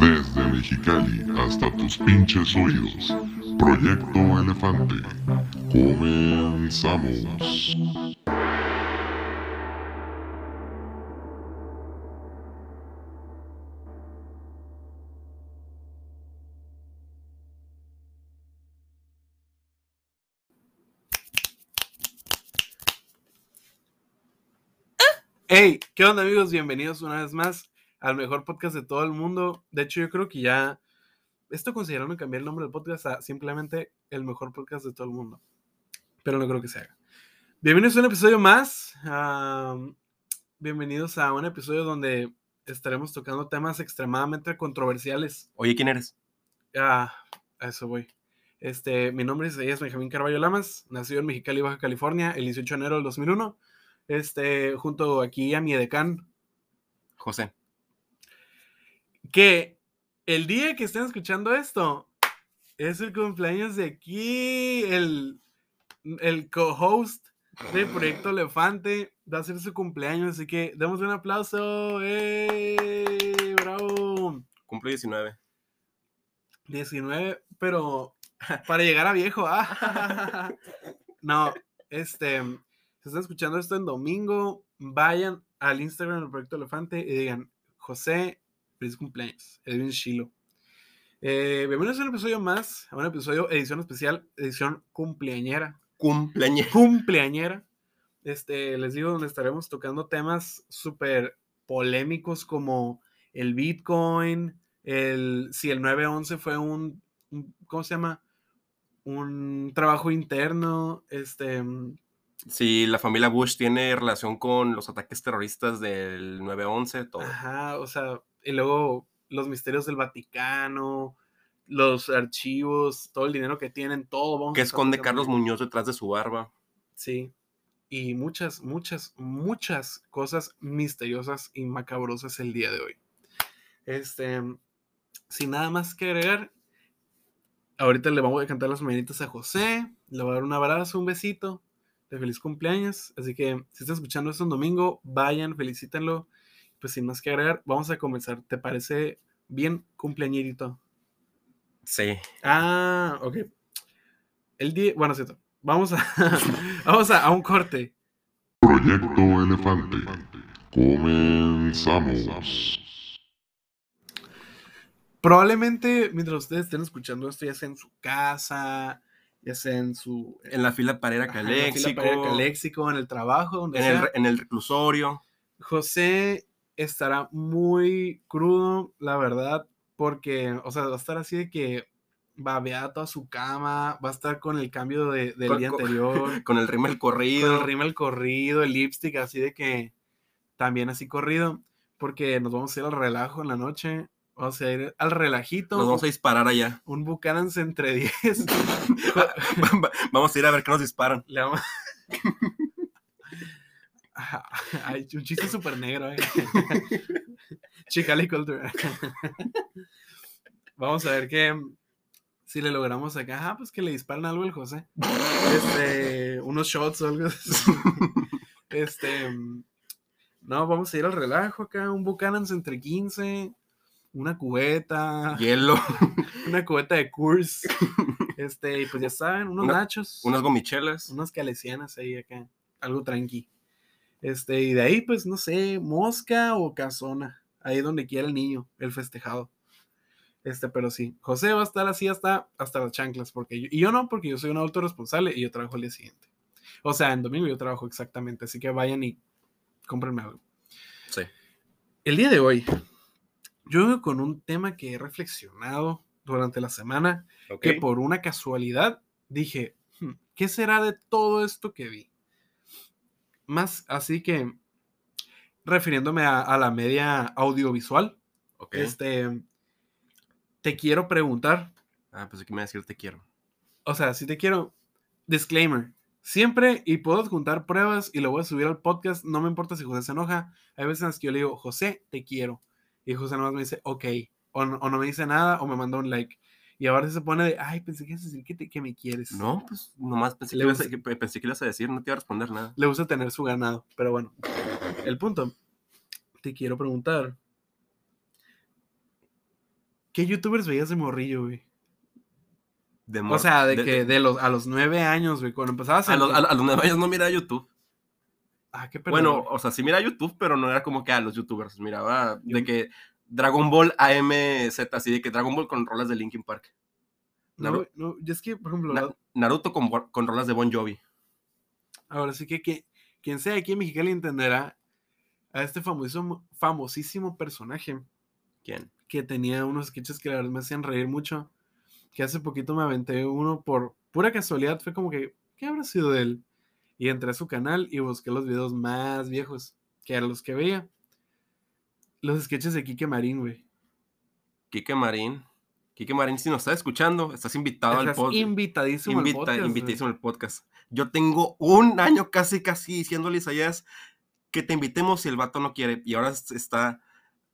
Desde Mexicali hasta tus pinches oídos, Proyecto Elefante. Comenzamos. Hey, ¿qué onda amigos? Bienvenidos una vez más al mejor podcast de todo el mundo. De hecho, yo creo que ya esto consideraron cambiar el nombre del podcast a simplemente el mejor podcast de todo el mundo. Pero no creo que se haga. Bienvenidos a un episodio más. ah, bienvenidos a un episodio donde estaremos tocando temas extremadamente controversiales. Oye, ¿quién eres? Ah, a eso voy. Este, mi nombre es Isaías Benjamín Carballo Lamas, nacido en Mexicali, Baja California, el 18 de enero del 2001. Este, junto aquí a mi edecán, José. que el día que estén escuchando esto es el cumpleaños de aquí, el, el co-host del Proyecto Elefante va a ser su cumpleaños, así que damos un aplauso. ¡eh! ¡Bravo! Cumplo 19. 19, pero para llegar a viejo. ah. No, este, si están escuchando esto en domingo, vayan al Instagram del Proyecto Elefante y digan, José, feliz cumpleaños, Edwin Shilo. Eh, bienvenidos a un episodio más, a un episodio edición especial, edición cumpleañera. Cumpleaños. Cumpleañera. Este, les digo, donde estaremos tocando temas súper polémicos como el Bitcoin, el, si el 911 fue un, un- ¿cómo se llama? Un trabajo interno, este, mm, Si la familia Bush tiene relación con los ataques terroristas del 9-11, todo. ajá, o sea, y luego los misterios del Vaticano, los archivos, todo el dinero que tienen, todo. vamos ¿Qué a estar esconde tocando. Carlos Muñoz detrás de su barba? Sí. Y muchas, muchas, muchas cosas misteriosas y macabrosas el día de hoy. Este, sin nada más que agregar, ahorita le vamos a cantar las mañanitas a José, le voy a dar un abrazo, un besito, de feliz cumpleaños. Así que si están escuchando esto un domingo, vayan, felicítenlo. Pues sin más que agregar, vamos a comenzar. ¿Te parece bien cumpleañerito? Sí. Ah, ok. El día, bueno, es cierto. Vamos a, vamos a, a un corte. Proyecto Elefante. Comenzamos. Probablemente mientras ustedes estén escuchando esto, ya sea en su casa, ya sea en su eh, En la fila parera ajá, en la fila caléxico. para ir al Caléxico, en el trabajo, donde En sea, el, re- en el reclusorio. José estará muy crudo, la verdad, porque, o sea, va a estar así de que babeada toda su cama, va a estar con el cambio de- del Con- día con- anterior. Con el rímel con corrido. el rímel corrido, el lipstick, así de que también así corrido, porque nos vamos a ir al relajo en la noche, vamos a ir al relajito, Nos vamos a disparar allá. un Buchanan entre 10, vamos a ir a ver qué nos disparan. le vamos... Ay, un chiste súper negro, eh. Chicali Culture. Vamos a ver que si le logramos acá, ajá, pues que le disparan algo al José. Este, unos shots o algo así. Este, mm, no, vamos a ir al relajo acá, un Buchanan's entre 15, una cubeta, Hielo. una cubeta de Coors. Este, y pues ya saben, unos Una- nachos, Unas gomichelas. unas calecianas ahí acá, algo tranqui. Este, y de ahí, pues no sé, mosca o casona, ahí donde quiera el niño, el festejado. Este, pero sí, José va a estar así hasta, hasta las chanclas, porque yo- y yo no, porque yo soy un adulto responsable y yo trabajo el día siguiente. O sea, en domingo yo trabajo exactamente, así que vayan y cómprenme algo. Sí. El día de hoy, yo vengo con un tema que he reflexionado durante la semana Ok. que por una casualidad dije, "Hmm, ¿qué será de todo esto que vi? Más así que, refiriéndome a, a la media audiovisual, Ok. este, te quiero preguntar, Ah, pues aquí me voy a decir te quiero. o sea, si te quiero, disclaimer, siempre y puedo adjuntar pruebas y lo voy a subir al podcast, no me importa si José se enoja, hay veces en las que yo le digo, José, te quiero, y José nomás me dice, ok, o no, o no me dice nada o me manda un like. Y ahora se pone de, ay, pensé que ibas a decir que, te- que me quieres. No, pues nomás pensé Le que, ibas a, gusta- que- pensé que ibas a decir, no te iba a responder nada. Le gusta tener su ganado, pero bueno. El punto, te quiero preguntar. ¿Qué youtubers veías de morrillo, güey? De O mor- sea, de, de- que de los, a los nueve años, güey, cuando empezabas A los, a, a los nueve años no miraba YouTube. Ah, qué bueno, perdedor. o sea, sí miraba YouTube, pero no era como que a los YouTubers. Miraba Yo- de que Dragon Ball AMZ, así de que Dragon Ball con rolas de Linkin Park. No, Naru- güey, no, y es que, por ejemplo, Na- la- Naruto con, bo- con rolas de Bon Jovi. ahora sí que, que quien sea aquí en Mexicali entenderá a este famoso, famosísimo personaje ¿Quién? que tenía unos sketches que la verdad me hacían reír mucho. Que hace poquito me aventé uno por pura casualidad. Fue como que, ¿qué habrá sido de él? Y entré a su canal y busqué los videos más viejos que eran los que veía. Los sketches de Quique Marín, güey. Quique Marín. Quique Marín, si nos estás escuchando, estás invitado al Estás podcast. invitadísimo al Invita- podcast, güey. invitadísimo al podcast. Yo tengo un año casi, casi diciéndole a Isaías que te invitemos si el vato no quiere. Y ahora es- está,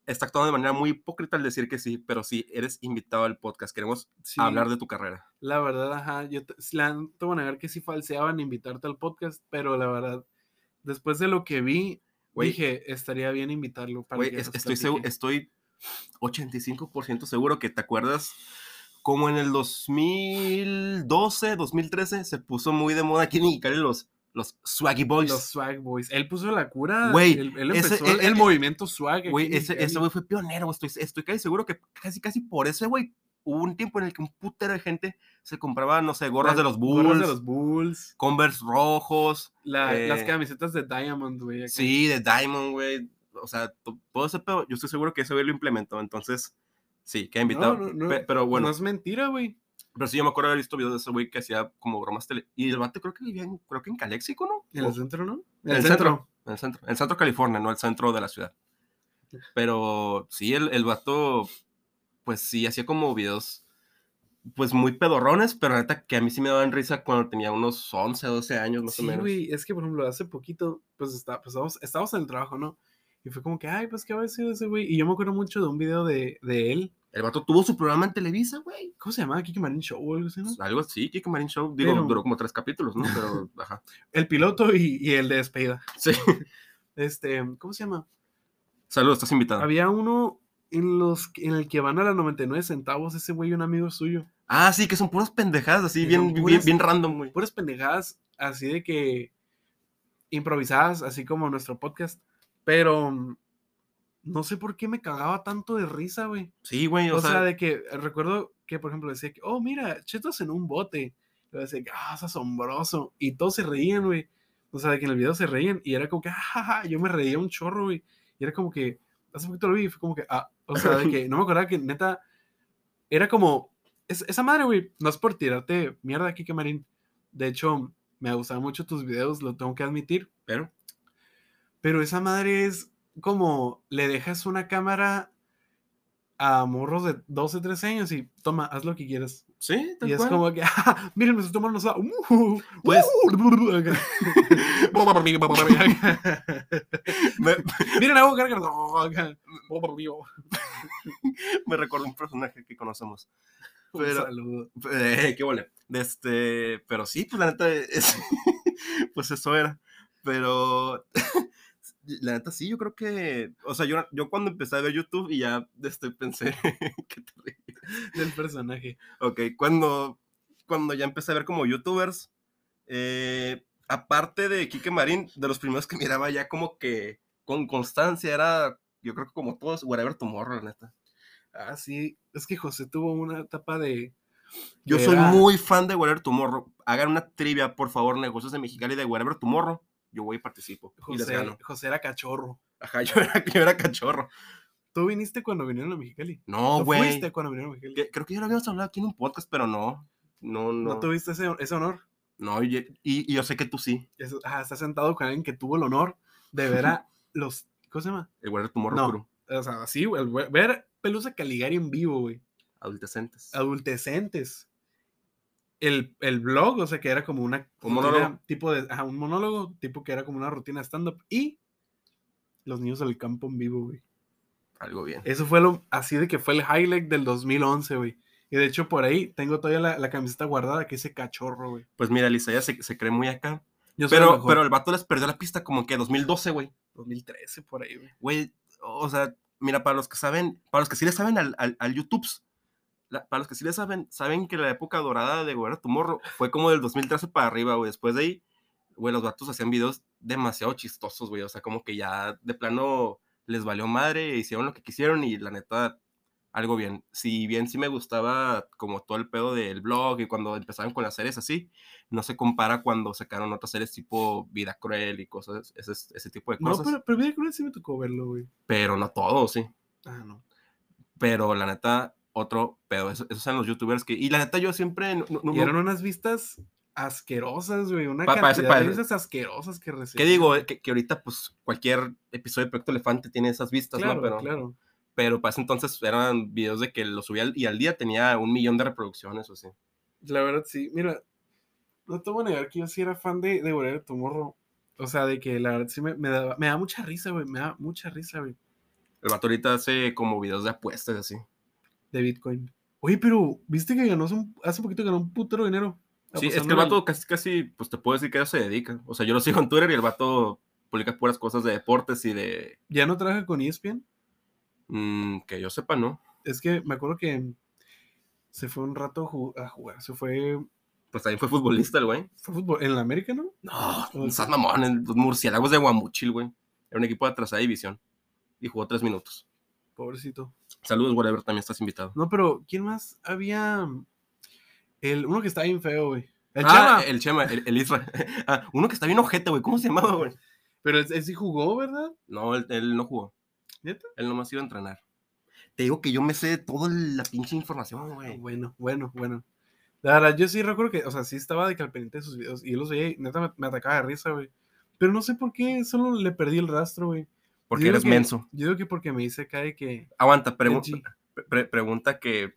está actuando de manera muy hipócrita al decir que sí, pero sí, eres invitado al podcast. Queremos Sí, hablar de tu carrera. La verdad, ajá, yo te, sí, la, no te voy a negar que sí falseaban invitarte al podcast, pero la verdad, después de lo que vi, Güey. dije, estaría bien invitarlo para Güey, que es- nos estoy, segu- platique". estoy 85% seguro que te acuerdas como en el 2012, 2013 se puso muy de moda aquí en Mexicali los, los Swaggy Boys. Los Swag Boys. Él puso la cura. Güey, Él, él ese- empezó él- el él- movimiento swag. aquí Güey, en ese, ese Mexicali. güey fue pionero, güey, estoy, estoy casi seguro que casi, casi por ese güey hubo un tiempo en el que un putero de gente se compraba, no sé, gorras Las de los Bulls, gorras de los Bulls. Converse rojos, la- Las eh, camisetas de Diamond, güey. acá. sí, de Diamond, güey, o sea, to- todo ese pedo, yo estoy seguro que ese güey lo implementó, entonces, sí, que ha invitado, no, no, pe- pero bueno, No es mentira, güey. pero sí, yo me acuerdo haber visto videos de ese güey que hacía como bromas tele, y el vato creo que vivía en, creo que en Calexico, ¿no? En O- el centro, ¿no? Oh. en el centro. En el centro, en el centro de California, no el centro de la ciudad. Pero sí, el, el vato, pues sí, hacía como videos, pues muy pedorrones, pero la neta que a mí sí me daban risa cuando tenía unos 11, 12 años más Sí, o menos. güey, es que por ejemplo, hace poquito, pues, está, pues estábamos, estábamos en el trabajo, ¿no? Y fue como que, ay, pues, ¿qué va a decir ese güey? Y yo me acuerdo mucho de un video de, de él. El vato tuvo su programa en Televisa, güey. ¿Cómo se llamaba? Kiki Marín Show o algo así, ¿no? Pues, Algo así, Kike Marín Show, digo, Pero- duró como tres capítulos, ¿no? Pero, ajá. El piloto y, y el de despedida. Sí, Este, ¿cómo se llama? saludos, estás invitado. Había uno en los que- en el que van a la 99 centavos ese güey y un amigo suyo. Ah, sí, que son puras pendejadas, así, Que bien, son bien, puras- bien random, güey. Puras pendejadas así de que improvisadas, así como nuestro podcast, pero mm, no sé por qué me cagaba tanto de risa, güey. Sí, güey, o, O sea, sea, de que eh, recuerdo que, por ejemplo, decía que, oh, mira, chetos en un bote. Y yo decía, que, ah, es asombroso. Y todos se reían, güey. O sea, de que en el video se reían. Y era como que, ah, ja, ja", yo me reía un chorro, güey. Y era como que, hace poquito lo vi y fue como que, ah, o sea, de que no me acordaba que neta, era como, es- esa madre, güey, no es por tirarte mierda aquí, camarín. De hecho, me gustaban mucho tus videos, lo tengo que admitir. pero Pero esa madre es como le dejas una cámara a morros de 12, 13 años y toma, haz lo que quieras. sí, tal Y es cual. como que, "Ah, miren, me estoy tomando sa- uh, Pues- uh", acá. Me- miren, hago carga. no, acá. Oh, por Dios. me recuerda un personaje que conocemos. Un Pero- saludo. Eh, qué vole. De Este, pero sí, pues la neta, es- pues eso era. Pero la neta sí, yo creo que, o sea, yo, yo cuando empecé a ver YouTube y ya este, pensé, qué terrible. Del personaje. Ok, cuando, cuando ya empecé a ver como YouTubers, eh, aparte de Quique Marín, de los primeros que miraba ya como que con constancia era, yo creo que como todos, Whatever Tomorrow, la neta. Ah, sí. Es que José tuvo una etapa de. Yo que soy era- muy fan de Whatever Tomorrow. Hagan una trivia, por favor, negocios de Mexicali de Whatever Tomorrow. Yo voy y participo. Y les José, gano. José era cachorro. Ajá, yo era, yo era cachorro. Tú viniste cuando vinieron a Mexicali. No, ¿Tú güey. fuiste cuando vinieron a Mexicali. Que- Creo que ya lo habíamos hablado aquí en un podcast, pero no. No, No, no. No, tuviste ese, ese honor. y, y- y yo sé que tú sí. es- ajá, está sentado con alguien que tuvo el honor de ver a los. ¿Cómo se llama? El Whatever Tomorrow No. crew. O sea, sí, güey, el güey- ver Pelusa Caligari en vivo, güey. Adultecentes. Adultecentes. El, el blog, o sea, que era como una. Un rutina monólogo. Tipo de, ajá, un monólogo, tipo que era como una rutina stand-up. Y los niños del campo en vivo, güey. Algo bien. Eso fue lo. Así de que fue el highlight del 2011, güey. Y de hecho, por ahí tengo todavía la, la camiseta guardada que dice cachorro, güey. Pues mira, Lisa, ya se, se cree muy acá. Yo soy el Pero, mejor. pero el vato les perdió la pista como que 2012, güey. 2013, por ahí, güey. Güey, o sea, mira, para los que saben, para los que sí le saben al, al, al YouTube, la- para los que sí le saben, saben que la época dorada de Guerra tu morro fue como del 2013 para arriba, güey. Después de ahí, güey, los vatos hacían videos demasiado chistosos, güey. O sea, como que ya de plano les valió madre, hicieron lo que quisieron y la neta, algo bien. Si bien sí me gustaba como todo el pedo del blog y cuando empezaron con las series así, no se compara cuando sacaron otras series tipo Vida Cruel y cosas, ese, ese tipo de No, cosas. pero, pero mira, creo que sí me tocó verlo, güey. Pero no todo, sí. Ah, no. Pero la neta, otro pedo. Eso- esos eran los youtubers que. Y la neta, yo siempre. No, no- no- Y eran unas vistas asquerosas, güey. Una Pa- cantidad parece- de parece- vistas asquerosas que recibí. ¿Qué digo? Eh, Que, que ahorita, pues, cualquier episodio de Proyecto Elefante tiene esas vistas, Claro, ¿no? Pero, claro. pero para ese entonces eran videos de que lo subía al- y al día tenía un millón de reproducciones o así. La verdad, sí. Mira, no te voy a negar que yo sí era fan de, de Volver a Tomorrow. O sea, de que la verdad sí me, me daba, me da mucha risa, güey. Me da mucha risa, güey. El vato ahorita hace como videos de apuestas, así. De Bitcoin. Oye, pero viste que ganó hace un- hace poquito ganó un putero de dinero. Sí, es que el apostándole al- vato casi, casi, pues te puedo decir que a eso se dedica. O sea, yo lo sigo en Twitter y el vato publica puras cosas de deportes y de. ¿Ya no trabaja con E ESPN? mm, que yo sepa, ¿no? Es que me acuerdo que se fue un rato ju- a jugar. Se fue. Pues también fue futbolista el güey. Fue fútbol. En la América, ¿no? No, O- estás mamón, el- los murciélagos de Guamuchil, güey. Era un equipo de tercera división. Y jugó tres minutos. Pobrecito. Saludos, whatever, también estás invitado. No, pero ¿quién más había? El, uno que está bien feo, güey. El ah, Chema. el Chema, el, el Isra. Ah, uno que está bien ojete, güey. ¿Cómo se llamaba, güey? Pero él, él sí jugó, ¿verdad? No, él, él no jugó. ¿Neta? Él nomás iba a entrenar. Te digo que yo me sé toda la pinche información, güey. Bueno, bueno, bueno. La verdad, yo sí recuerdo que, o sea, sí estaba de que al pendiente de sus videos. Y yo los veía y neta me, me atacaba de risa, güey. Pero no sé por qué, solo le perdí el rastro, güey. Porque Yo digo eres que- menso. Yo digo que porque me dice acá de que. Aguanta, pregu- Benji. pre- pre- pregunta que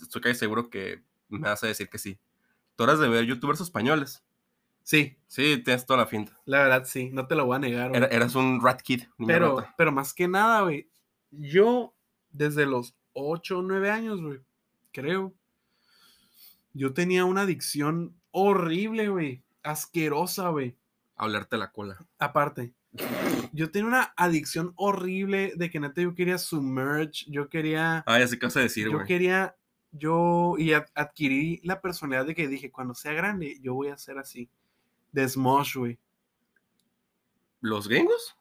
estoy casi seguro que me vas a decir que sí. Tú eras de ver youtubers españoles. Sí, Sí, tienes toda la finta. la verdad, sí, no te lo voy a negar, güey. Era- eras un rat kid. niño pero, rata. pero más que nada, güey. Yo, desde los 8 o 9 años, güey, creo. Yo tenía una adicción horrible, güey. Asquerosa, güey. A olerte la cola. Aparte. Yo tenía una adicción horrible de que neta yo quería submerge. Yo quería. Ah, ya sé qué vas a decir, yo güey. quería. Yo. Y ad- adquirí la personalidad de que dije, cuando sea grande, yo voy a ser así. De Smosh, güey. ¿Los gringos?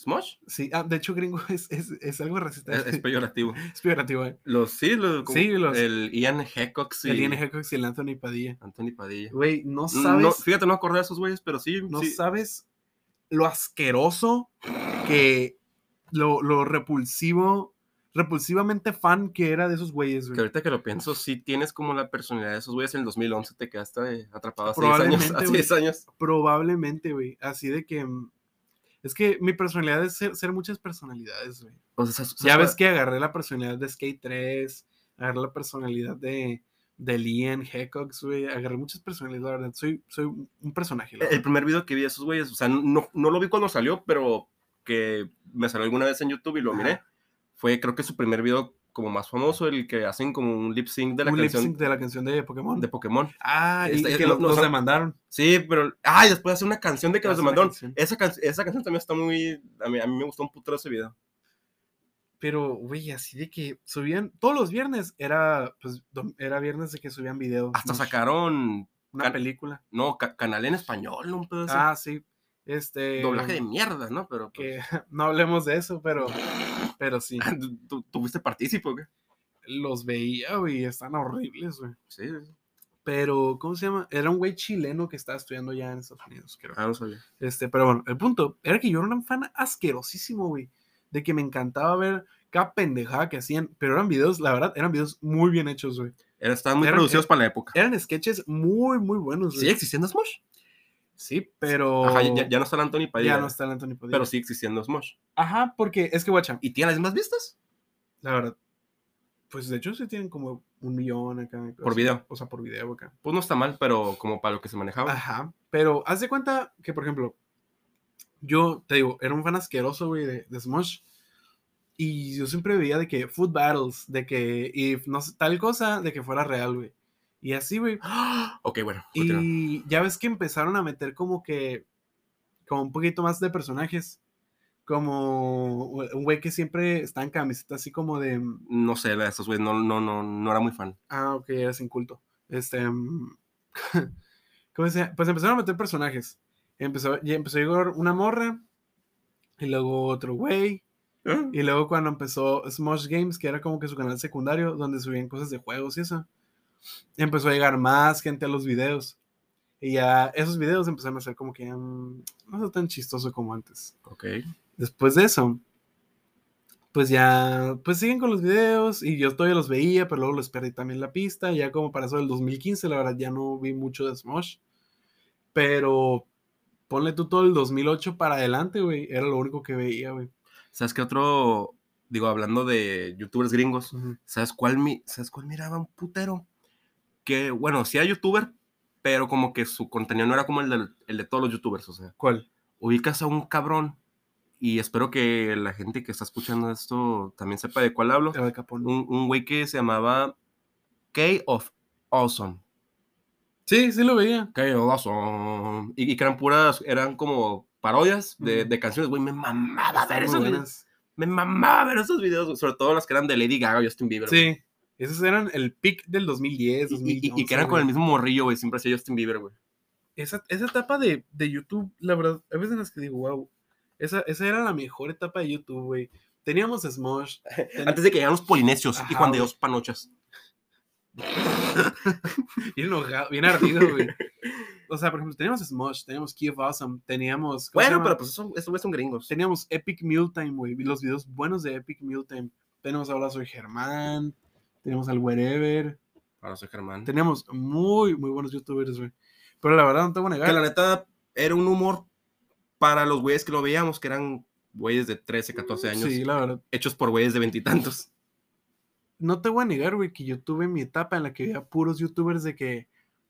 ¿Smosh? Sí, ah, de hecho, gringo es, es, es algo racista. Es, es peyorativo. es peyorativo, güey. Los, sí, los, como- Sí, los- el Ian Heckox y El Ian Hackox y el Anthony Padilla. Anthony Padilla. Mm, Güey, no No, sabes, fíjate, no me acordé de esos güeyes, pero sí. no sí. sabes lo asqueroso que lo, lo repulsivo, repulsivamente fan que era de esos güeyes, Que güey. ahorita que lo pienso, sí tienes como la personalidad de esos güeyes. En el 2011 te quedaste eh, atrapado a 6 años. Probablemente, A güey. 6 años. Probablemente, güey. Así de que. mm, Es que mi personalidad es ser, ser muchas personalidades, güey. O sea, se- se- Ya ves que agarré la personalidad de Skate 3, agarré la personalidad de, de Liam Hackox, güey. Agarré muchas personalidades, la verdad. Soy, soy un personaje, la El verdad. primer video que vi de esos güeyes, o sea, no, no lo vi cuando salió, pero que me salió alguna vez en YouTube y lo Ajá. miré. Fue, creo que su primer video como más famoso, el que hacen como un lip sync de la Un lip canción sync de la canción de Pokémon. de Pokémon. Ah, y- Este- y es- que no- los, no los son- demandaron. Sí, pero. Ah, y después hace una canción de que los Hace una demandaron. canción. Esa, can- esa canción también está muy. A mí, a mí me gustó un putero ese video. Pero, güey, así de que subían todos los viernes. Era, pues, dom- era viernes de que subían videos. Hasta ¿no? sacaron. Una can- película. No, ca- canal en español, un pedo así. Ah, sí. Este. Doblaje de mierda, ¿no? Pero. Que no hablemos de eso, pero. Pero sí. pues, ¿tú- ¿Tuviste partícipe o qué? Los veía, güey. Están horribles, güey. Sí. sí. Pero, ¿cómo se llama? Era un güey chileno que estaba estudiando ya en Estados Unidos, creo. Ah, no sabía. Este, pero bueno, el punto era que yo era un fan asquerosísimo, güey. De que me encantaba ver cada pendejada que hacían. Pero eran videos, la verdad, eran videos muy bien hechos, güey. Era- estaban muy Eran- eh, producidos para la época. Eran sketches muy, muy buenos, ¿Sigue güey. existiendo Smosh? Sí, pero. Ajá, ya, ya no está el Anthony Padilla. ya no está el Anthony Padilla. Pero sigue existiendo Smosh. Ajá, porque es que, guacha, ¿Y tiene las mismas vistas? la verdad. Pues de hecho, sí tienen como un millón acá. Por así, video. O sea, por video acá. Pues no está mal, pero como para lo que se manejaba. Ajá. Pero haz de cuenta que, por ejemplo, yo te digo, era un fan asqueroso, güey, de, de Smosh. Y yo siempre veía de que food battles, de que if no sé, tal cosa, de que fuera real, güey. Y así, güey. Ah, Ok, bueno. continúa. Ah. Y ya ves que empezaron a meter como que, como un poquito más de personajes. Como un güey que siempre está en camiseta así como de, No sé, la de estos güeyes, no, no, no, no era muy fan. Ah, ok, era sin culto. Este. mm, ¿Cómo se llama? Pues empezaron a meter personajes. Empezó, y empezó a llegar una morra. Y luego otro güey. Y luego cuando empezó Smosh Games, que era como que su canal secundario, donde subían cosas de juegos y eso. Empezó a llegar más gente a los videos. Y ya esos videos empezaron a ser como que mm, no es tan chistoso como antes Ok. después de eso, pues ya, pues siguen con los videos y yo todavía los veía, pero luego los perdí también la pista, ya como para eso del 2015, la verdad ya no vi mucho de Smosh, pero ponle tú todo el 2008 para adelante, güey, era lo único que veía, güey. ¿Sabes qué otro? Digo, hablando de youtubers gringos, ¿sabes cuál, mi, ¿sabes cuál miraba un putero? Que, bueno, sí era youtuber, pero como que su contenido no era como el del- el de todos los youtubers, o sea. ¿Cuál? ubicas a un cabrón y espero que la gente que está escuchando esto también sepa de cuál hablo. El Al Capone. Un, un güey que se llamaba K of Awesome. Sí, sí lo veía. K of Awesome. Y, y que eran puras, eran como parodias de, Ujú. de canciones, güey. Me mamaba Estaban ver esos muy videos. buenas. Me mamaba ver esos videos, güey, sobre todo las que eran de Lady Gaga y Justin Bieber. güey. Sí, esos eran el pick del 2010, Y, y- y- y 2011, que eran con güey. el mismo morrillo, güey. Siempre hacía Justin Bieber, güey. esa, esa etapa de, de YouTube, la verdad, a veces en las que digo, wow, esa, esa era la mejor etapa de YouTube, güey. Teníamos Smosh. ten- Antes de que llegaran los polinesios y Ajá, Juan de güey. Dios Panochas. Bien enojado, bien ardido, güey. O sea, por ejemplo, teníamos Smosh, teníamos Key of Awesome, teníamos. ¿cómo se Bueno, llama? pero pues esos esos güeyes son gringos. Teníamos Epic Mealtime, güey. y Los videos buenos de Epic Mealtime. Tenemos ahora Soy Germán. Tenemos al Wherever. Ahora soy Germán. Tenemos muy, muy buenos youtubers, güey. Pero la verdad, no te voy a negar. Que la neta era un humor para los güeyes que lo veíamos, que eran güeyes de 13, 14 años, Sí, la verdad. hechos por güeyes de veintitantos. no te voy a negar, güey, que yo tuve mi etapa en la que veía puros youtubers de que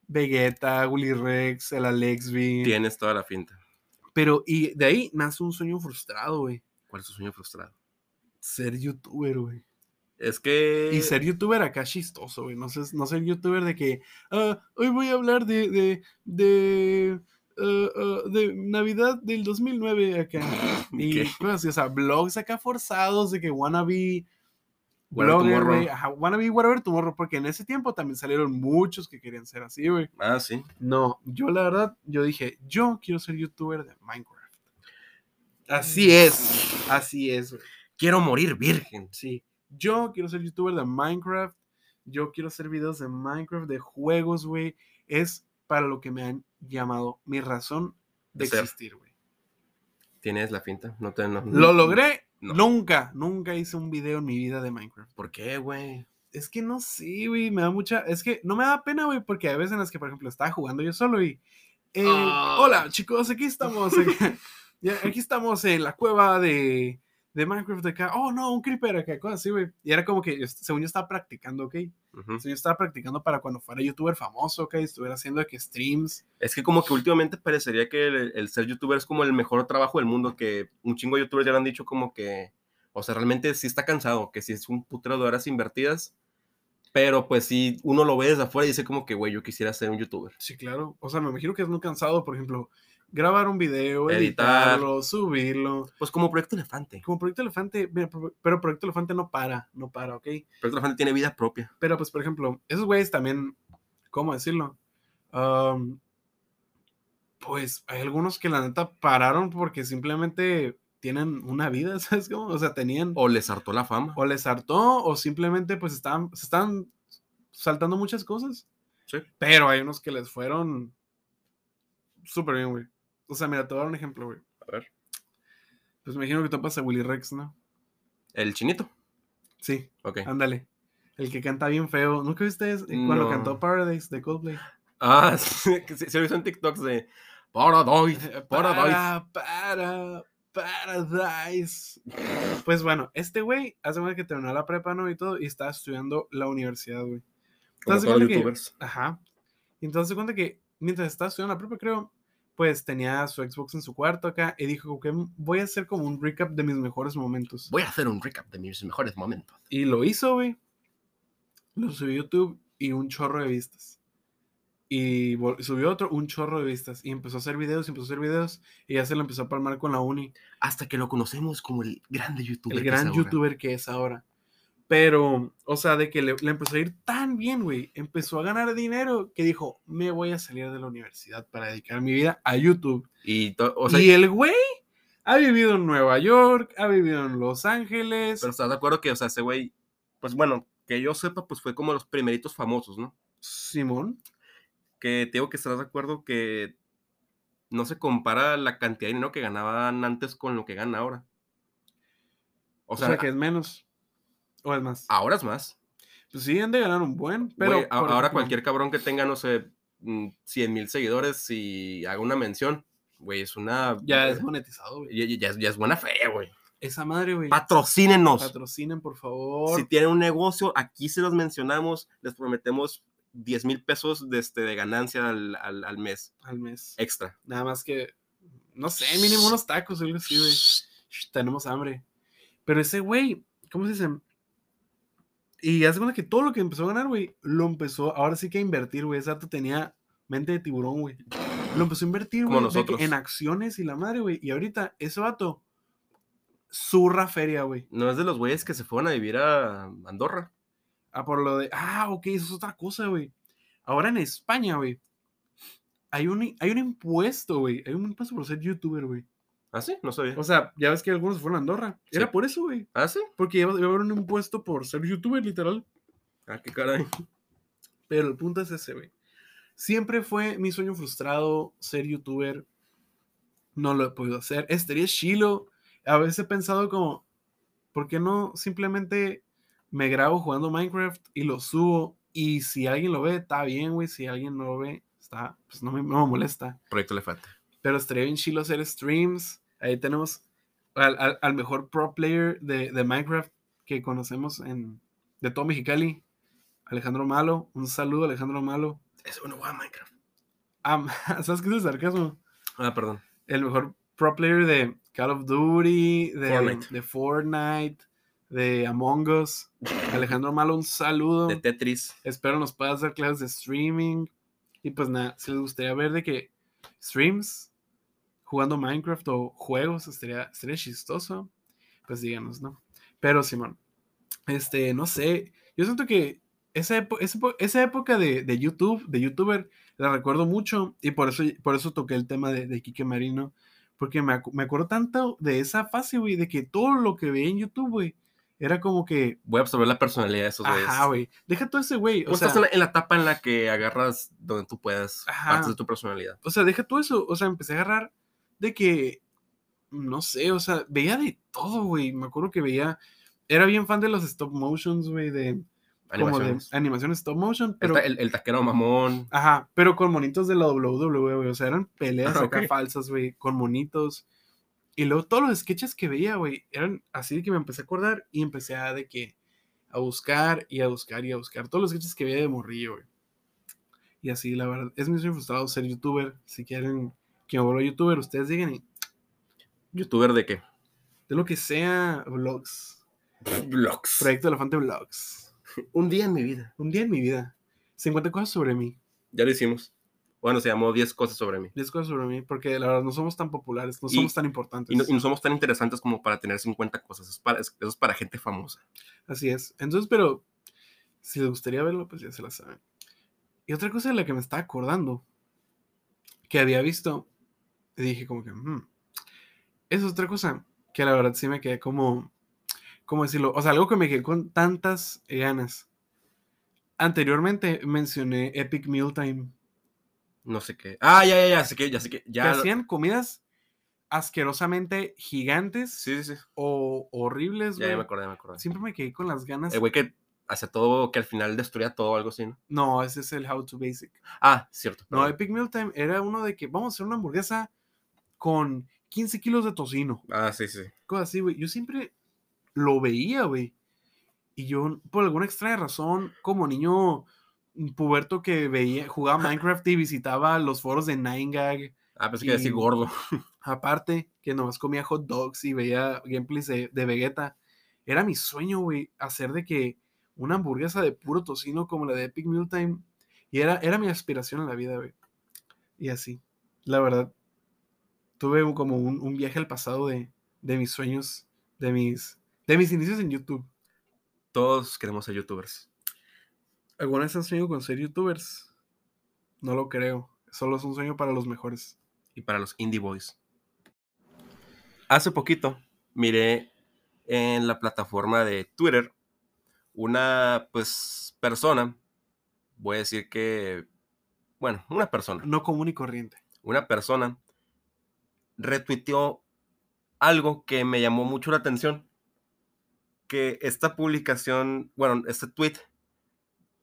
Vegeta, Willy Rex, el Alexby. Tienes toda la finta. Pero, y de ahí nace un sueño frustrado, güey. ¿Cuál es tu sueño frustrado? Ser youtuber, güey. Es que. Y ser youtuber acá chistoso, güey. No ser, no ser youtuber de que "Ah, hoy voy a hablar de. de. de. ah, ah, de Navidad del 2009 acá. Y ¿Qué? cosas así, o sea, blogs acá forzados de que wannabe. Whatever Blogger, Tomorrow. güey. Ajá, wannabe, whatever tomorrow. Porque en ese tiempo también salieron muchos que querían ser así, güey. Ah, sí. No, yo la verdad, yo dije, yo quiero ser youtuber de Minecraft. Así es. Así es, güey. Quiero morir virgen. Sí, yo quiero ser youtuber de Minecraft. Yo quiero hacer videos de Minecraft, de juegos, güey. Es para lo que me han llamado mi razón de De ser. existir, güey. Tienes la finta. No te. no- ¿Lo logré? No. Nunca, nunca hice un video en mi vida de Minecraft. ¿Por qué, güey? Es que no sé, güey, me da mucha... Es que no me da pena, güey, porque hay veces en las que, por ejemplo, estaba jugando yo solo y... eh, Ah. Hola, chicos, aquí estamos. acá, ya, aquí estamos en la cueva de, de Minecraft de acá. Oh, no, un creeper acá, cosas así, güey. Y era como que, yo- según yo estaba practicando, ¿ok? Según Ujú. yo estaba practicando para cuando fuera youtuber famoso, ¿ok? Estuviera haciendo de que streams. Es que como que últimamente parecería que el, el ser youtuber es como el mejor trabajo del mundo, que un chingo de youtubers ya lo han dicho como que, o sea, realmente sí está cansado, que sí es un putero de horas invertidas, pero pues sí, uno lo ve desde afuera y dice como que, güey, yo quisiera ser un youtuber. Sí, claro. O sea, me imagino que es muy cansado, por ejemplo, grabar un video, Editar. editarlo, subirlo. Pues como Proyecto Elefante. Como Proyecto Elefante, mira, pro- pero Proyecto Elefante no para, no para, ¿ok? Proyecto Elefante tiene vida propia. Pero pues, por ejemplo, esos güeyes también, ¿cómo decirlo? Am, pues hay algunos que la neta pararon porque simplemente tienen una vida, ¿sabes cómo? O sea, tenían O les hartó la fama. o les hartó o simplemente pues están, se están saltando muchas cosas. Sí. Pero hay unos que les fueron súper bien, güey. O sea, mira, te voy a dar un ejemplo, güey. A ver. Pues me imagino que topas a Willy Rex, ¿no? El chinito. Sí, Ok. ándale. El que canta bien feo. ¿Nunca viste es- cuando No. cantó Paradise de Coldplay? Ah, sí, que se, se lo hizo en TikToks de... Paradise, Ah, Paradise. Para, para, Paradise. Pues bueno, este güey hace más que terminó la prepa, ¿no? Y todo, y está estudiando la universidad, güey. Como Entonces, todos los cuenta que- youtubers. Ajá. Y entonces se cuenta que mientras estaba estudiando la prepa, creo, pues tenía su Xbox en su cuarto acá y dijo que "Mm, voy a hacer como un recap de mis mejores momentos. Voy a hacer un recap de mis mejores momentos. Y lo hizo, güey. Lo subió a YouTube y un chorro de vistas. Y vol- subió otro, un chorro de vistas. Y empezó a hacer videos, y empezó a hacer videos. Y ya se lo empezó a palmar con la uni. Hasta que lo conocemos como el grande youtuber. el que es gran ahora. youtuber que es ahora. Pero, o sea, de que le, le empezó a ir tan bien, güey. Empezó a ganar dinero que dijo, me voy a salir de la universidad para dedicar mi vida a YouTube. Y, to- o sea, y el güey ha vivido en Nueva York, ha vivido en Los Ángeles. pero estás de acuerdo que, o sea, ese güey, pues bueno, que yo sepa, pues fue como los primeritos famosos, ¿no? Simón, que te digo que estás de acuerdo que no se compara la cantidad de dinero que ganaban antes con lo que ganan ahora. O o sea, sea, que es menos. O es más. ahora es más. Pues sí, han de ganar un buen, pero... Pero por ahora ejemplo, cualquier cabrón que tenga, no sé, 100 mil seguidores y haga una mención, güey, es una... Ya eh, es monetizado, güey. ya, ya- ya es, ya es buena fe, güey. Esa madre, güey. Patrocínenos. Patrocinen, por favor. si tienen un negocio, aquí se los mencionamos, les prometemos 10 mil pesos de, este, de ganancia al, al- al mes al mes. extra. Nada más que, no sé, mínimo unos tacos, algo así, güey. Sh, Tenemos hambre. Pero ese güey, ¿cómo se dice? Y hace cuenta que todo lo que empezó a ganar, güey, lo empezó ahora sí que a invertir, güey. Ese dato tenía mente de tiburón, güey. Lo empezó a invertir, Como güey, de que nosotros. en acciones y la madre, güey. Y ahorita, ese vato, zurra feria, güey. No es de los güeyes que se fueron a vivir a Andorra. Ah, por lo de, ah, ok, eso es otra cosa, güey. Ahora en España, güey, hay un, hay un impuesto, güey. Hay un impuesto por ser youtuber, güey. ¿Ah, sí? No sabía. O sea, ya ves que algunos se fueron a Andorra. Era Sí. por eso, güey. ¿Ah, sí? Porque iba iba a haber un impuesto por ser youtuber, literal. Ah, qué caray. Pero el punto es ese, güey. Siempre fue mi sueño frustrado ser youtuber. No lo he podido hacer. Estaría chilo. A veces he pensado como, ¿por qué no simplemente me grabo jugando Minecraft y lo subo? Y si alguien lo ve, está bien, güey. Si alguien no lo ve, está, pues no me- no me molesta. Proyecto Elefante. Pero estaría bien chilo hacer streams. Ahí tenemos al, al- al mejor pro player de, de Minecraft que conocemos en, de todo Mexicali, Alejandro Malo. Un saludo, Alejandro Malo. Es uno a Minecraft. Am- ¿Sabes qué es el sarcasmo? Ah, perdón. El mejor pro player de Call of Duty, de Fortnite. de, Fortnite, de Among Us. Alejandro Malo, un saludo. De Tetris. Espero nos puedas dar clases de streaming. Y pues nada, si les gustaría ver de que streams jugando Minecraft o juegos estaría, estaría chistoso, pues díganos, ¿no? Pero Simón, este, no sé, yo siento que esa, epo- esa, epo- esa época de, de YouTube, de youtuber, la recuerdo mucho y por eso, por eso toqué el tema de, de Quique Marino, porque me, acu- me acuerdo tanto de esa fase, güey, de que todo lo que veía en YouTube, güey, era como que... Voy a absorber la personalidad de esos güeyes. Ajá, güey. Deja todo ese güey. O Pues, O sea, estás en la, en la etapa en la que agarras donde tú puedas Ajá. partes de tu personalidad. o sea, deja todo eso. O sea, empecé a agarrar de que, no sé, o sea, veía de todo, güey. Me acuerdo que veía, era bien fan de los stop motions, güey, de como de Animaciones. animaciones stop motion, El pero, ta- el, el taquero mamón. ajá, pero con monitos de la WWE, güey. O sea, eran peleas Ah, acá ok. falsas, güey, con monitos. Y luego todos los sketches que veía, güey, eran así de que me empecé a acordar y empecé a de que a buscar y a buscar y a buscar todos los sketches que veía de morrillo, güey. Y así, la verdad, es mi sueño frustrado ser youtuber. Si quieren que me vuelva youtuber, ustedes digan y ¿Youtuber de qué? de lo que sea, vlogs. Vlogs. Proyecto Elefante Vlogs. Un día en mi vida. Un día en mi vida, 50 cosas sobre mí. Ya lo hicimos. Bueno, se llamó 10 cosas sobre mí. 10 cosas sobre mí, porque la verdad no somos tan populares, no Y- somos tan importantes. Y no, y no somos tan interesantes como para tener 50 cosas. Es para- es- eso es para gente famosa. Así es. Entonces, pero si les gustaría verlo, pues ya se la saben. Y otra cosa de la que me estaba acordando, que había visto, y dije como que, "Mm". es otra cosa que la verdad sí me quedé como, ¿cómo decirlo? O sea, algo que me quedé con tantas ganas. Anteriormente mencioné Epic Mealtime, No sé qué. Ah, ya, ya, ya. Sé que, ya sé que. Ya. que hacían comidas asquerosamente gigantes Sí, sí, sí. o horribles, Ya, Pues, ya me güey. acordé, ya me acordé. Siempre me quedé con las ganas. El güey que hace todo, que al final destruía todo, algo así, ¿no? No, ese es el How to Basic. Ah, cierto. No, perdón. Epic Meal Time era uno de que vamos a hacer una hamburguesa con 15 kilos de tocino. Ah, sí, sí. Cosas así, güey. Yo siempre lo veía, güey. Y yo, por alguna extraña razón, como niño puberto que veía, jugaba Minecraft y visitaba los foros de Nine Gag Ah, pensé que iba a decir Y- gordo. Aparte, que nomás comía hot dogs y veía gameplays de, de Vegeta. Era mi sueño, güey, hacer de que una hamburguesa de puro tocino como la de Epic Meal Time. Y era, era mi aspiración en la vida, güey. Y así, la verdad, tuve un- como un, un viaje al pasado de, de mis sueños, de mis, de mis inicios en YouTube. Todos queremos ser youtubers. ¿Alguna vez han soñado con ser youtubers? No lo creo. Solo es un sueño para los mejores. Y para los indie boys. Hace poquito miré en la plataforma de Twitter una pues persona. Voy a decir que. Bueno, una persona. No común y corriente. una persona retuiteó algo que me llamó mucho la atención. Que esta publicación, bueno, este tweet,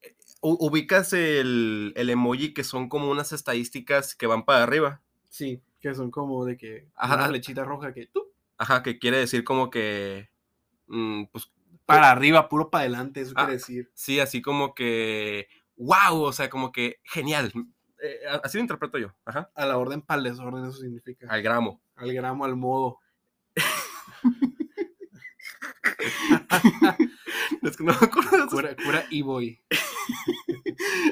eh, u- ubicas el, el emoji que son como unas estadísticas que van para arriba. Sí, que son como de que Ajá. una flechita roja que tú Ajá, que quiere decir como que, mm, pues para arriba, puro para adelante, eso Ah. quiere decir. sí, así como que, wow, o sea, como que genial. Eh, a- así lo interpreto yo, ajá, A la orden para el desorden, eso significa. al gramo. Al gramo, al modo. Es que no me acuerdo de esas- Cura, cura y voy.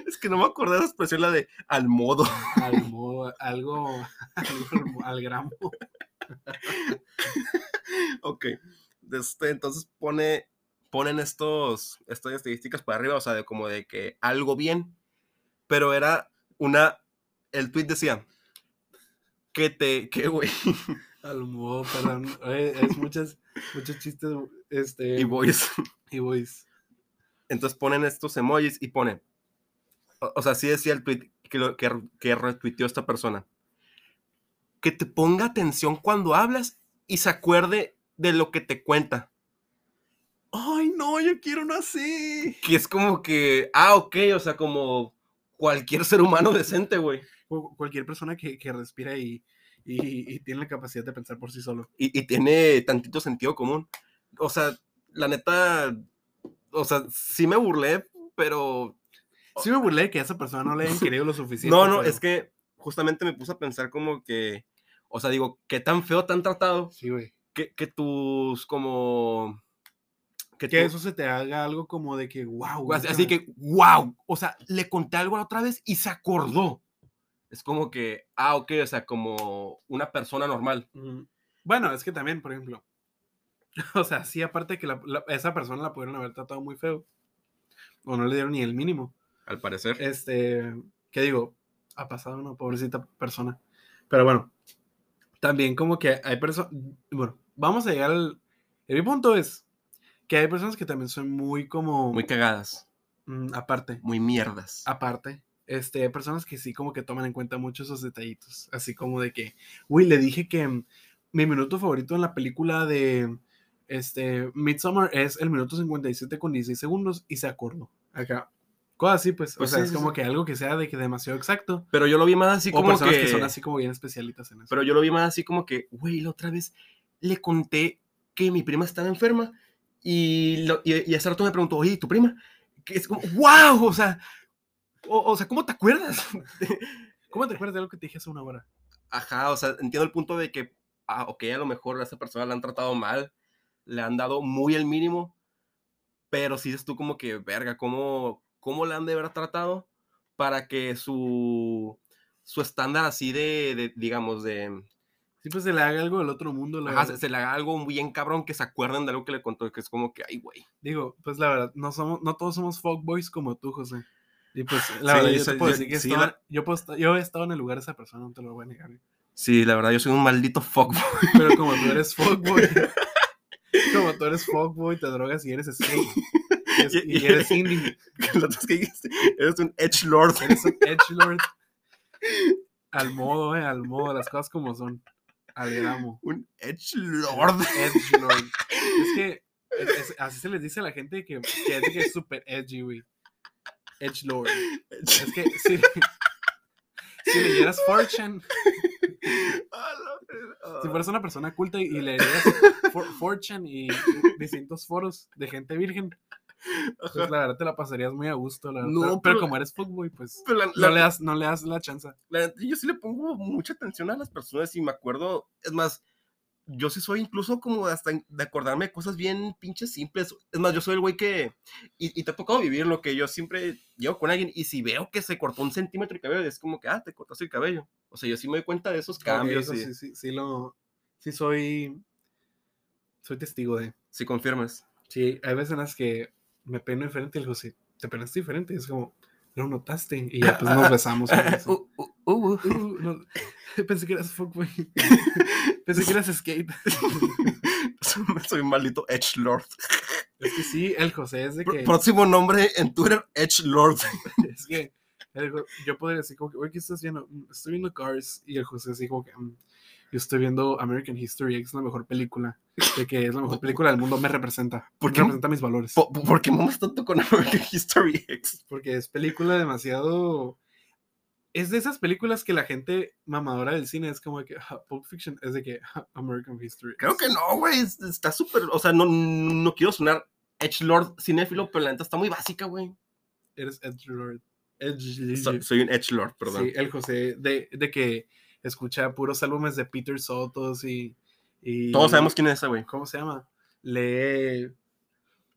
es que no me acuerdo de esa expresión, la de al modo. Al modo, algo, algo al mo- al gramo. Ok. de Este, entonces pone, ponen estos, estas estadísticas para arriba, o sea, de como de que algo bien, pero era una, el tweet decía, que te, que güey, Al modo, perdón. Oye, Es muchas, muchos chistes este, y boys. y boys. Entonces ponen estos emojis y ponen, o, o sea, sí decía el tweet que, lo- que, que retuiteó esta persona, que te ponga atención cuando hablas y se acuerde de lo que te cuenta. Ay, no, yo quiero una así. Que es como que, ah, ok, o sea, como cualquier ser humano decente, güey. Cu- Cualquier persona que, que respira y, y- y tiene la capacidad de pensar por sí solo. Y, y tiene tantito sentido común. O sea, la neta, o sea, sí me burlé, pero... Sí me burlé que a esa persona no le hayan querido lo suficiente. no, no, pero- es que justamente me puse a pensar como que, o sea, digo, qué tan feo te han tratado, Sí, güey. que, que tus como... Que Que, tu- pues, eso se te haga algo como de que, wow. así, así que, wow, o sea, le conté algo la otra vez y se acordó. Es como que, ah, ok, o sea, como una persona normal. Mm, Bueno, es que también, por ejemplo. O sea, sí, aparte que la- la- esa persona la pudieron haber tratado muy feo. O no le dieron ni el mínimo. Al parecer. Este, ¿qué digo? Ha pasado una pobrecita persona. Pero bueno, también como que hay personas. Bueno, vamos a llegar al. Mi punto es que hay personas que también son muy como. muy cagadas, mm, aparte. muy mierdas. Ah, aparte, este, hay personas que sí como que toman en cuenta mucho esos detallitos, así como de que, uy, le dije que mm, mi minuto favorito en la película de este Midsommar es el minuto 57 con 16 segundos y se acordó. Acá. Cosas así, pues, o Pues sea, sí, es sí, como sí. que algo que sea de que demasiado exacto. Pero yo lo vi más así o como personas que, que... son así como bien especialitas en eso. pero yo lo vi más así como que, güey, la otra vez le conté que mi prima estaba enferma y, lo- y, y hace rato me preguntó, oye, ¿y ¿tu prima? Que es como, wow, o sea, o, o sea, ¿cómo te acuerdas? ¿Cómo te acuerdas de algo que te dije hace una hora? Ajá, o sea, entiendo el punto de que, ah, ok, a lo mejor a esa persona la han tratado mal, le han dado muy el mínimo, pero si dices tú como que, verga, ¿cómo, cómo la han de haber tratado para que su, su estándar así de, de, digamos, de, Sí, pues se le haga algo del otro mundo. la ajá, verdad. se, se le haga algo bien cabrón que se acuerden de algo que le contó, que es como que, ay, güey. Digo, pues la verdad, no somos, no todos somos fuckboys como tú, José. Y pues, Sí, la verdad, yo eso- te puedo yo- decir que sí, estaba- la- yo, puedo esta- yo he estado en el lugar de esa persona, no te lo voy a negar. ¿eh? Sí, la verdad, yo soy un maldito fuckboy. Pero como tú eres fuckboy, como tú eres fuckboy, te drogas y eres skate. Y, es- Y- y y- eres indie, Lo otro es que dijiste, eres un edge lord. eres un edgelord. Al modo, eh, al modo, las cosas como son. Al gramo. Un edge lord. Edgelord. Es que es- es- así se les dice a la gente que, que es, que es super edgy, güey. Edgelord. Es que si, si leyeras Fortune, si fueras una persona culta y leerías For- Fortune y distintos foros de gente virgen, Pues, la verdad te la pasarías muy a gusto, la verdad. No, pero, pero- como eres fuckboy, pues Pero la- no, la- le das, no le das la chance. la neta, yo sí le pongo mucha atención a las personas y me acuerdo, es más, yo sí soy incluso como hasta en- de acordarme de cosas bien pinches simples. Es más, yo soy el güey que, y, y te ha tocado vivir lo que yo siempre llevo con alguien y si veo que se cortó un centímetro el cabello, es como que, ah, te cortaste el cabello. O sea, yo sí me doy cuenta de esos Ok, cambios. eso sí, y- sí, sí lo, sí soy, soy testigo de. Si confirmas. Sí, hay veces en las que me peino diferente y el José, te peinaste diferente, y es como, no notaste, y ya pues nos besamos. por eso. Uh, uh, uh, uh. Uh, no, pensé que eras fuckboy, pensé que eras skate. Soy- Soy un maldito Edge Lord. Es que sí, el José es de que, Próximo nombre en Twitter, Edge Lord. es que el Jo- yo podría decir como que, oye, ¿qué estás viendo? "Mm, Estoy viendo Cars, y el José así como que, "Mm, yo estoy viendo American History, X, es la mejor película, de que es la mejor película del mundo, me representa, ¿Por me qué? representa mis valores. ¿Por, por qué mamas tanto con American History X? porque es película demasiado. Es de esas películas que la gente mamadora del cine es como que "Ah, Pulp Fiction es de que "Ah, American History. Creo X". que no, güey. es- Está súper. O sea, no, no quiero sonar Edge Lord cinéfilo, pero la neta está muy básica, güey. Eres Edge Lord. So- soy un Edge Lord, perdón. el José de, de que escucha puros álbumes de Peter Sotos y, y- Todos sabemos quién es ese, güey. ¿Cómo se llama? Lee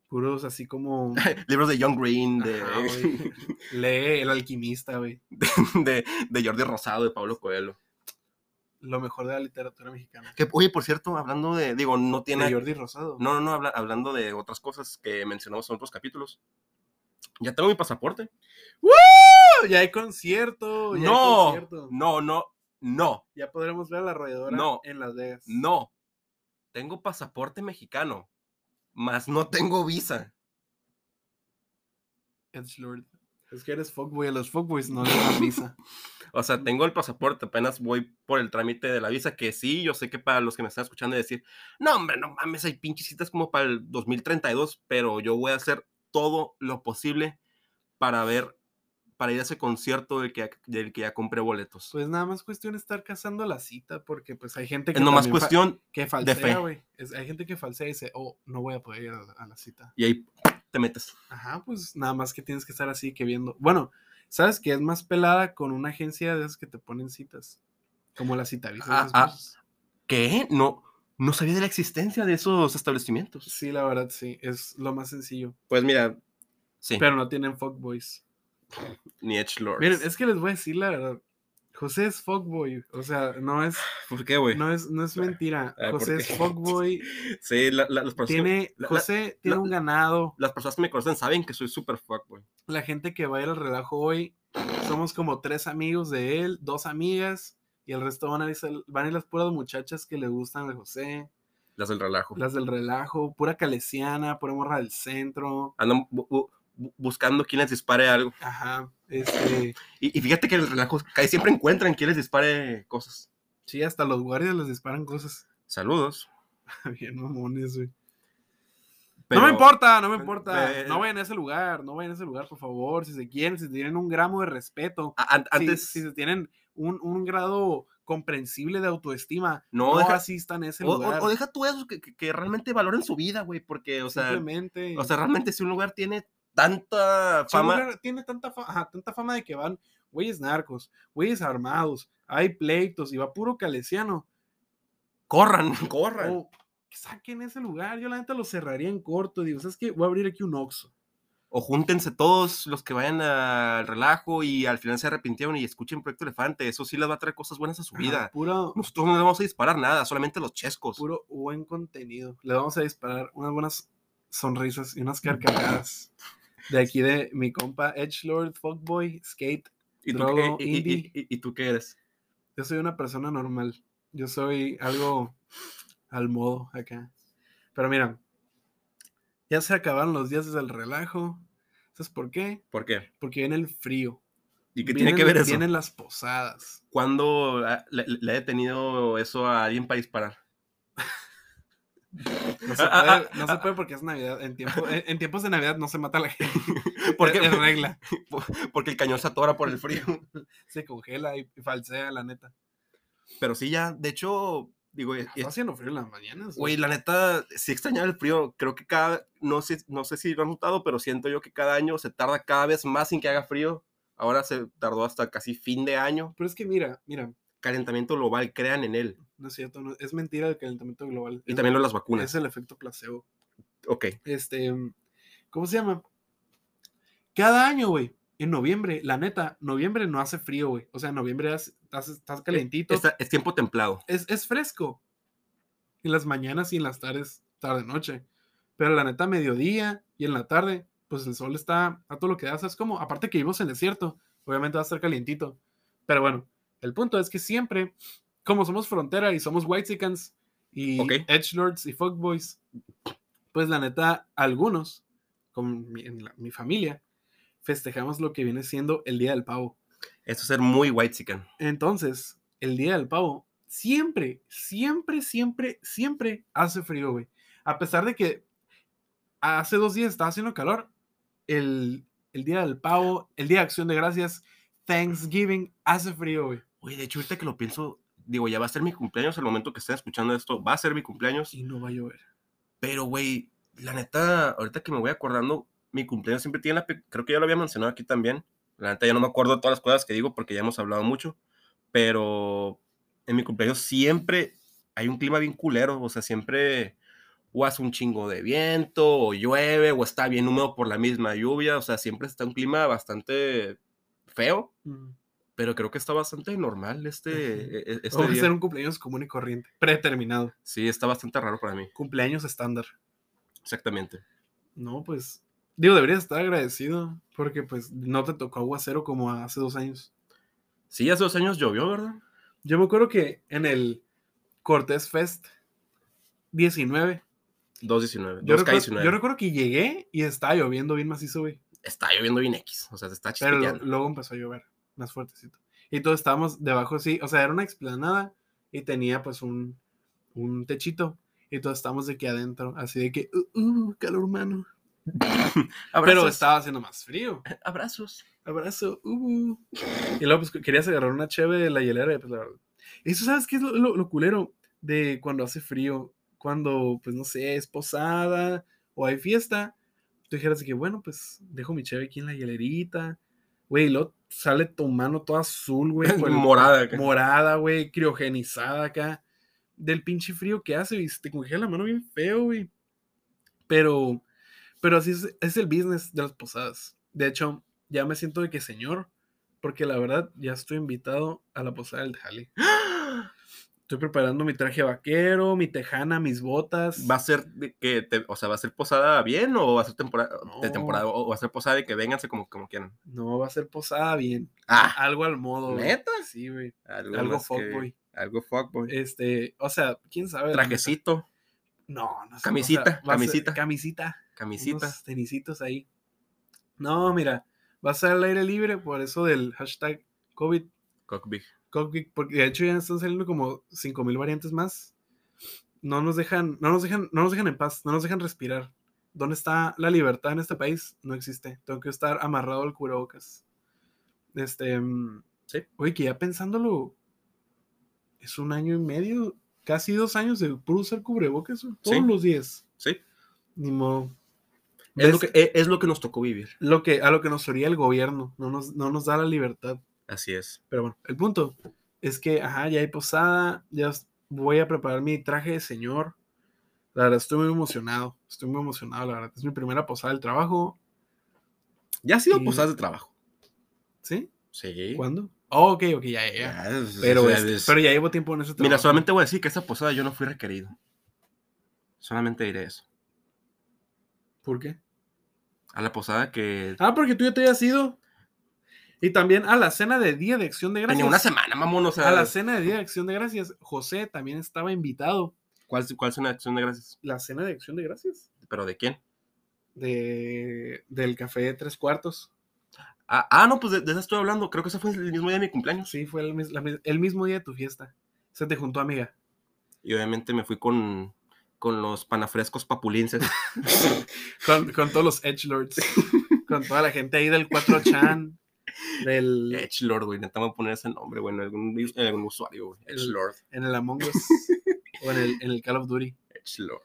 puros así como Libros de John Green, de, Ajá, güey. lee El Alquimista, güey. de, de Jordi Rosado, de Pablo Coelho. Lo mejor de la literatura mexicana. Que, oye, por cierto, hablando de. Digo, no tiene. De Jordi Rosado. No, no, no, habla- hablando de otras cosas que mencionamos en otros capítulos. Ya tengo mi pasaporte. Ya hay concierto. Oh, ya hay No, concierto. no, no, no, Ya podremos ver a la arrolladora No. en Las Vegas. no. Tengo pasaporte mexicano, más no tengo visa. Edgelord. Es que eres fuckboy. A los fuckboys no les dan visa. O sea, tengo el pasaporte, apenas voy por el trámite de la visa, que sí, yo sé que para los que me están escuchando decir, no, hombre, no mames, hay pinches citas como para el 2032, pero yo voy a hacer todo lo posible para ver, para ir a ese concierto del que ya, del que ya compré boletos. Pues nada más cuestión de estar cazando la cita porque pues hay gente que Es nomás también fa- cuestión, que fe. falsea, güey. Es- Hay gente que falsea y dice, oh, no voy a poder ir a la, a la cita. y ahí te metes. Ajá, pues nada más que tienes que estar así que viendo. Bueno, sabes que es más pelada con una agencia de esas que te ponen citas. Como la cita visa. Ah, ah. ¿Qué? No, no sabía de la existencia de esos establecimientos. Sí, la verdad, sí. Es lo más sencillo. Pues mira, sí, Pero no tienen fuckboys. ni Edge Lord. Miren, es que les voy a decir la verdad. José es fuckboy. O sea, no es, ¿Por qué, güey? no es, no es mentira. Ah, ¿por José es qué? fuckboy. Sí, la- la- las, personas, Tiene, la- la- José tiene la- un ganado. las personas que me conocen saben que soy super fuckboy. La gente que va a ir al relajo hoy, somos como tres amigos de él, dos amigas, y el resto van a ir, sal- van a ir las puras muchachas que le gustan a José, Las del relajo. las del relajo, pura caleciana, pura morra del centro. Andan bu- bu- bu- buscando quién les dispare algo. Ajá. Este, Y, y fíjate que el relajo casi siempre encuentran quién les dispare cosas. sí, hasta los guardias les disparan cosas. Saludos. Bien mamones, güey. pero- eh, No me importa, no me pero- importa. pero- No vayan a ese lugar, no vayan a ese lugar, por favor. Si se quieren, si tienen un gramo de respeto, a- an- si- antes, si, se tienen un, un grado comprensible de autoestima, no, no, deja, asistan a ese o, lugar. o- o deja tú eso, que, que- que realmente valoren su vida, güey, porque, o sea, Simplemente. o sea, realmente si un lugar tiene tanta si un fama, lugar tiene tanta, fa- ajá, tanta fama de que van güeyes narcos, güeyes armados, hay pleitos y va puro caleciano. corran, corran. O que saquen ese lugar. Yo la neta lo cerraría en corto. Digo, ¿sabes qué? Voy a abrir aquí un Oxxo. O júntense todos los que vayan al relajo y al final se arrepintieron y escuchen Proyecto Elefante. Eso sí les va a traer cosas buenas a su Ajá, vida. Puro, Nosotros no le vamos a disparar nada, solamente los chescos. puro buen contenido. Le vamos a disparar unas buenas sonrisas y unas carcajadas. De aquí de mi compa Edgelord, Fogboy, Skate. ¿Y, tú qué, drogo, y- y- indie. y- y tú qué eres? Yo soy una persona normal. Yo soy algo al modo acá. Pero mira, ya se acabaron los días del relajo. ¿Sabes por qué? ¿Por qué? Porque viene el frío. ¿Y qué Vienen- tiene que ver eso? Vienen las posadas. ¿Cuándo ah, le, le- le he detenido eso a alguien para disparar? No se Ah, puede, no se puede porque es Navidad. En, tiempo- en- en tiempos de Navidad no se mata a la gente. ¿Por Es- qué? Es regla. Eh, Porque el cañón se atora por el frío. se congela y y falsea, la neta. Pero sí, ya, de hecho, Digo, y- y- Está haciendo frío en las mañanas. güey, la neta, sí extrañaba el frío. Creo que cada, no sé, no sé si lo han notado, pero siento yo que cada año se tarda cada vez más sin que haga frío. Ahora se tardó hasta casi fin de año. Pero es que mira, mira, Calentamiento global, crean en él. no es cierto, no- es mentira el calentamiento global. Y es- también lo de las vacunas. es el efecto placebo. Ok. Este, ¿cómo se llama? Cada año, güey, en noviembre, la neta, noviembre no hace frío, güey. O sea, en noviembre hace- estás, estás calentito, Está- es tiempo templado. es, es fresco. En las mañanas y en las tardes, tarde-noche. Pero la neta, mediodía y en la tarde, pues el sol está a todo lo que da. Es como, aparte que vivimos en el desierto, obviamente va a estar calientito. Pero bueno, el punto es que siempre, como somos frontera y somos white y Ok. edgelords y fuckboys, pues la neta, algunos, con mi, en la- mi familia, festejamos lo que viene siendo el Día del Pavo. Eso es ser muy white chicken. Entonces, el día del pavo, siempre, siempre, siempre, siempre hace frío, güey. A pesar de que hace dos días estaba haciendo calor, el, el día del pavo, el día de acción de gracias, Thanksgiving, hace frío, güey. Güey, de hecho, ahorita que lo pienso, digo, ya va a ser mi cumpleaños. Al momento que estén escuchando esto, va a ser mi cumpleaños. Y no va a llover. Pero, güey, la neta, ahorita que me voy acordando, mi cumpleaños siempre tiene la... pe- Creo que ya lo había mencionado aquí también. La neta, ya no me acuerdo de todas las cosas que digo porque ya hemos hablado mucho. Pero en mi cumpleaños siempre hay un clima bien culero. O sea, siempre o hace un chingo de viento, o llueve, o está bien húmedo por la misma lluvia. O sea, siempre está un clima bastante feo. Mm. Pero creo que está bastante normal Ujú. este, e- e- este Vamos a día. hacer un cumpleaños común y corriente, predeterminado. Sí, está bastante raro para mí. Cumpleaños estándar. Exactamente. No, pues, digo, deberías estar agradecido porque pues no te tocó aguacero como hace dos años. Sí, hace dos años llovió, ¿verdad? Yo me acuerdo que en el Cortés Fest 19, 2.19. yo 2 recuerdo, yo recuerdo que llegué y estaba lloviendo bien macizo, güey. Está lloviendo bien X. O sea, se está Pero lo- chispeando. luego empezó a llover más fuertecito. Y todos estábamos debajo, sí, o sea, era una explanada y tenía pues un, un techito. Y todos estábamos de que adentro, así de que, uh, uh, calor humano. Pero estaba haciendo más frío. Abrazos. Abrazo, uh. Y luego, pues, querías agarrar una cheve de la hielera y pues, la verdad. Eso, ¿sabes qué es lo, lo- lo culero? De cuando hace frío, cuando, pues, no sé, es posada o hay fiesta. Tú dijeras de que, bueno, pues, dejo mi cheve aquí en la hielerita. Güey, y luego sale tu mano toda azul, güey. por el- Morada. acá. morada, güey, criogenizada acá. Del pinche frío que hace, güey. se Te congela la mano bien feo, güey. Pero, pero así es, es el business de las posadas. De hecho, ya me siento de que señor, porque la verdad ya estoy invitado a la posada del Jali. ¡Ah! Estoy preparando mi traje vaquero, mi tejana, mis botas. ¿Va a ser de que te- o sea, va a ser posada bien o va a ser temporada de No. temporada o o va a ser posada de que vénganse como, como quieran? No, va a ser posada bien. Ah, Algo al modo. güey. ¿Neta? Sí, güey. Ah, algo, Algo más que- fuckboy. Algo fuckboy. Este, o sea, quién sabe. la neta. Trajecito, No, no sé, o sea, Camisita, va a ser- camisita. Camisita. camisita. unos tenisitos ahí. No, mira, va a ser al aire libre por eso del hashtag COVID. Cockpit. COVID, porque de hecho ya están saliendo como 5000 variantes más. No nos dejan, no nos dejan, no nos dejan en paz, no nos dejan respirar. ¿Dónde está la libertad en este país? No existe. Tengo que estar amarrado al cubrebocas. Este, mm, Sí. oye, que ya pensándolo, es un año y medio, casi dos años de puro usar cubrebocas güey, todos Sí. los días. Sí. Ni modo. Es lo, Ves- que, e- es lo que nos tocó vivir. lo que, a lo que nos oría el gobierno, no nos, no nos da la libertad. Así es. Pero bueno, el punto es que, ajá, ya hay posada, ya s- voy a preparar mi traje de señor. La verdad, estoy muy emocionado, estoy muy emocionado, la verdad. Es mi primera posada del trabajo, Ya ha sido Y- posadas de trabajo. ¿sí? Sí. ¿Cuándo? Oh, ok, ok, ya, ya, ya. Ya, es- Pero, es- este- es- pero ya llevo tiempo en ese trabajo. Mira, solamente voy a decir que esa posada yo no fui requerido. Solamente diré eso. ¿Por qué? A la posada que Ah, porque tú ya te habías ido. Y también a la cena de Día de Acción de Gracias. tenía una semana, mamón. O sea, A la cena de Día de Acción de Gracias, José también estaba invitado. ¿cuál, ¿cuál es una acción de gracias? La cena de Acción de Gracias. ¿Pero de quién? de, del café de tres cuartos. Ah, ah, no, pues de, de esa estoy hablando. Creo que ese fue el mismo día de mi cumpleaños. Sí, fue el, mis- la mis- el mismo día de tu fiesta. Se te juntó, amiga. Y obviamente me fui con, con los panafrescos papulinses. Con, con todos los Edgelords. con toda la gente ahí del 4chan. Del, Edge Lord, güey. Intentamos poner ese nombre, güey, en algún, en algún usuario, güey. Edge Lord. En el Among Us. O en el, en el Call of Duty. Lord.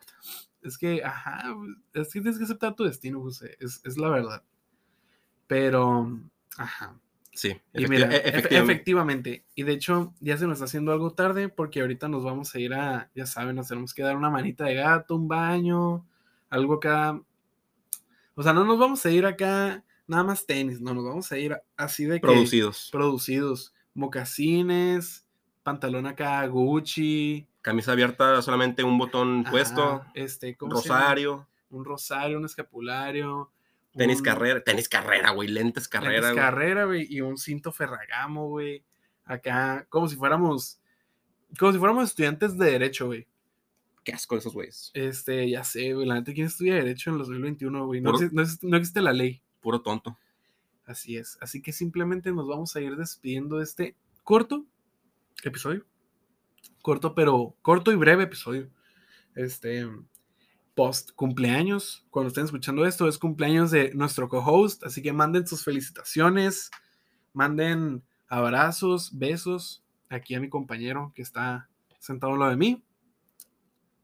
Es que, ajá, es que tienes que aceptar tu destino, José. Es, es la verdad. Pero, ajá. Sí, Y efecti- mira, e- efe- efectivamente. efectivamente. Y de hecho, ya se nos está haciendo algo tarde porque ahorita nos vamos a ir a, ya saben, nos tenemos que dar una manita de gato, un baño, algo acá. O sea, no nos vamos a ir acá nada más tenis, no, nos vamos a ir así de que Producidos. producidos, mocasines, pantalón acá Gucci, Camisa abierta, solamente un botón ajá, puesto. este, ¿cómo se llama? Rosario. un rosario, un escapulario, Tenis un- carrera. Tenis carrera, güey. Lentes lentes carrera. güey. carrera, güey, y un cinto ferragamo, güey, acá, como si fuéramos, como si fuéramos estudiantes de derecho, güey. Qué asco esos güeyes. Este, ya sé, güey, la neta, ¿quién estudia derecho en el 2021, güey? No, Puro- exi- no existe, no existe la ley. Puro tonto. Así es. Así que simplemente nos vamos a ir despidiendo de este corto episodio. Corto, pero corto y breve episodio. Este post cumpleaños. Cuando estén escuchando esto, es cumpleaños de nuestro co-host. Así que manden sus felicitaciones. Manden abrazos, besos. Aquí a mi compañero que está sentado al lado de mí.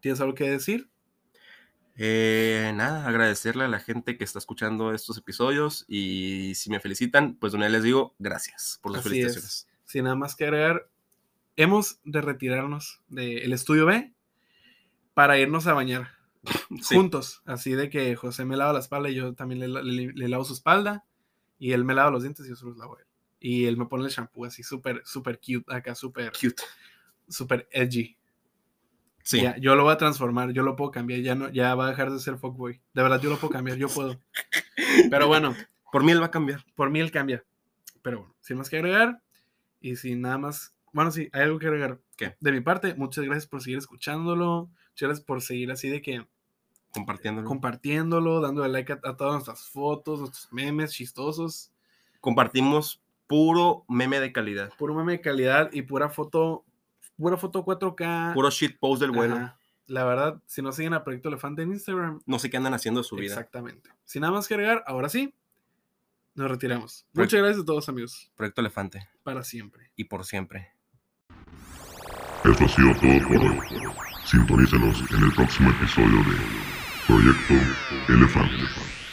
¿Tienes algo que decir? Eh, nada, agradecerle a la gente que está escuchando estos episodios y si me felicitan, pues de una vez les digo gracias por sus Así es. felicitaciones. sin nada más que agregar, hemos de retirarnos del estudio B para irnos a bañar Sí, juntos. Así de que José me lava la espalda y yo también le, la- le- le lavo su espalda. Y él me lava los dientes y yo se los lavo a él. Y él me pone el shampoo así súper, súper cute, acá súper, cute. súper edgy. Sí, Ya, yo lo voy a transformar, yo lo puedo cambiar, ya no, ya va a dejar de ser fuckboy. De verdad, yo lo puedo cambiar, yo puedo. Pero bueno, por mí él va a cambiar. por mí él cambia. Pero bueno, sin más que agregar y sin nada más. Bueno, sí, hay algo que agregar. ¿Qué? De mi parte, muchas gracias por seguir escuchándolo. Muchas gracias por seguir así de que Compartiéndolo. compartiéndolo, dándole like a, a todas nuestras fotos, nuestros memes chistosos. Compartimos puro meme de calidad. Puro meme de calidad y pura foto, pura foto 4K. Puro shit post del bueno. Ah. Ajá. La verdad, si no siguen a Proyecto Elefante en Instagram, No sé qué andan haciendo de su vida. exactamente. Sin nada más que agregar, ahora sí, nos retiramos. Pro- Muchas gracias a todos, amigos, Proyecto Elefante. para siempre. Y por siempre. Esto ha sido todo por hoy. Sintonícenos en el próximo episodio de Proyecto Elefante.